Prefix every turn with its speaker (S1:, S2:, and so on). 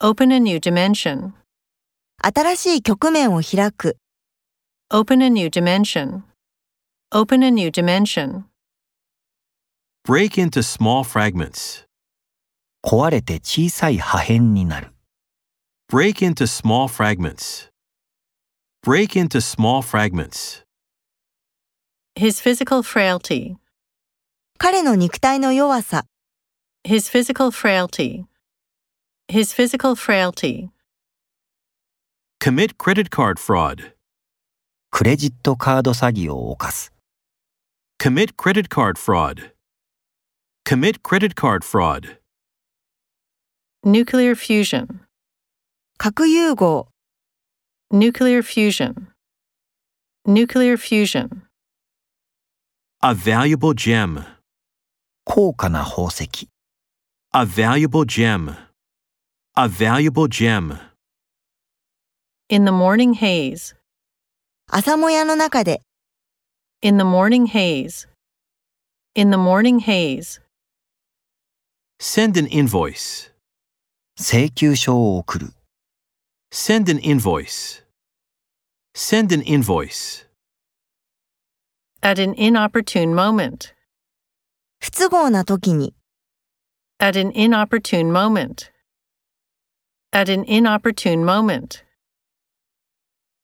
S1: Open a new dimension.
S2: 新しい局面を開く、
S1: Open a new dimension. Open a new dimension.
S3: Break into small fragments.
S4: 壊れて小さい破片になる。
S3: Break into small fragments. Break into small fragments.
S1: His physical frailty.
S2: 彼の肉体の弱さ、
S1: His physical frailty. His physical frailty.
S3: Commit credit card fraud.
S4: クレジットカード詐欺を犯す。
S3: Commit credit card fraud. Commit credit card fraud.
S1: Nuclear fusion.
S2: 核融合、
S1: Nuclear fusion. Nuclear fusion.
S3: A valuable gem.
S4: 高価な宝石。
S3: A valuable gem. A valuable gem.
S1: In the morning haze.
S2: 朝もやの中で、
S1: In the morning haze. In the morning haze.
S3: Send an invoice.
S4: 請求書を送る。
S3: Send an invoice. Send an invoice.
S1: At an inopportune moment.
S2: 不都合な時に、
S1: At an inopportune moment. At an inopportune moment.